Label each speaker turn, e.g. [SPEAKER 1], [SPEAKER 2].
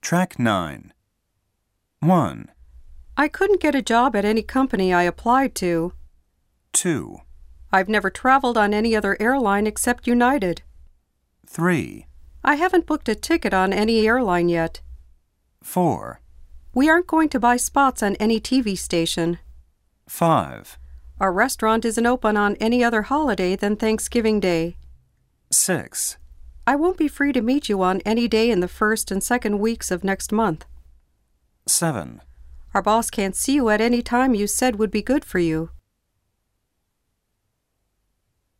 [SPEAKER 1] Track 9. 1,
[SPEAKER 2] I couldn't get a job at any company I applied to.
[SPEAKER 1] 2,
[SPEAKER 2] I've never traveled on any other airline except United.
[SPEAKER 1] 3,
[SPEAKER 2] I haven't booked a ticket on any airline yet.
[SPEAKER 1] 4,
[SPEAKER 2] We aren't going to buy spots on any TV station.
[SPEAKER 1] 5,
[SPEAKER 2] Our restaurant isn't open on any other holiday than Thanksgiving Day.
[SPEAKER 1] 6,
[SPEAKER 2] I won't be free to meet you on any day in the first and second weeks of next month.
[SPEAKER 1] 7,
[SPEAKER 2] Our boss can't see you at any time you said would be good for you.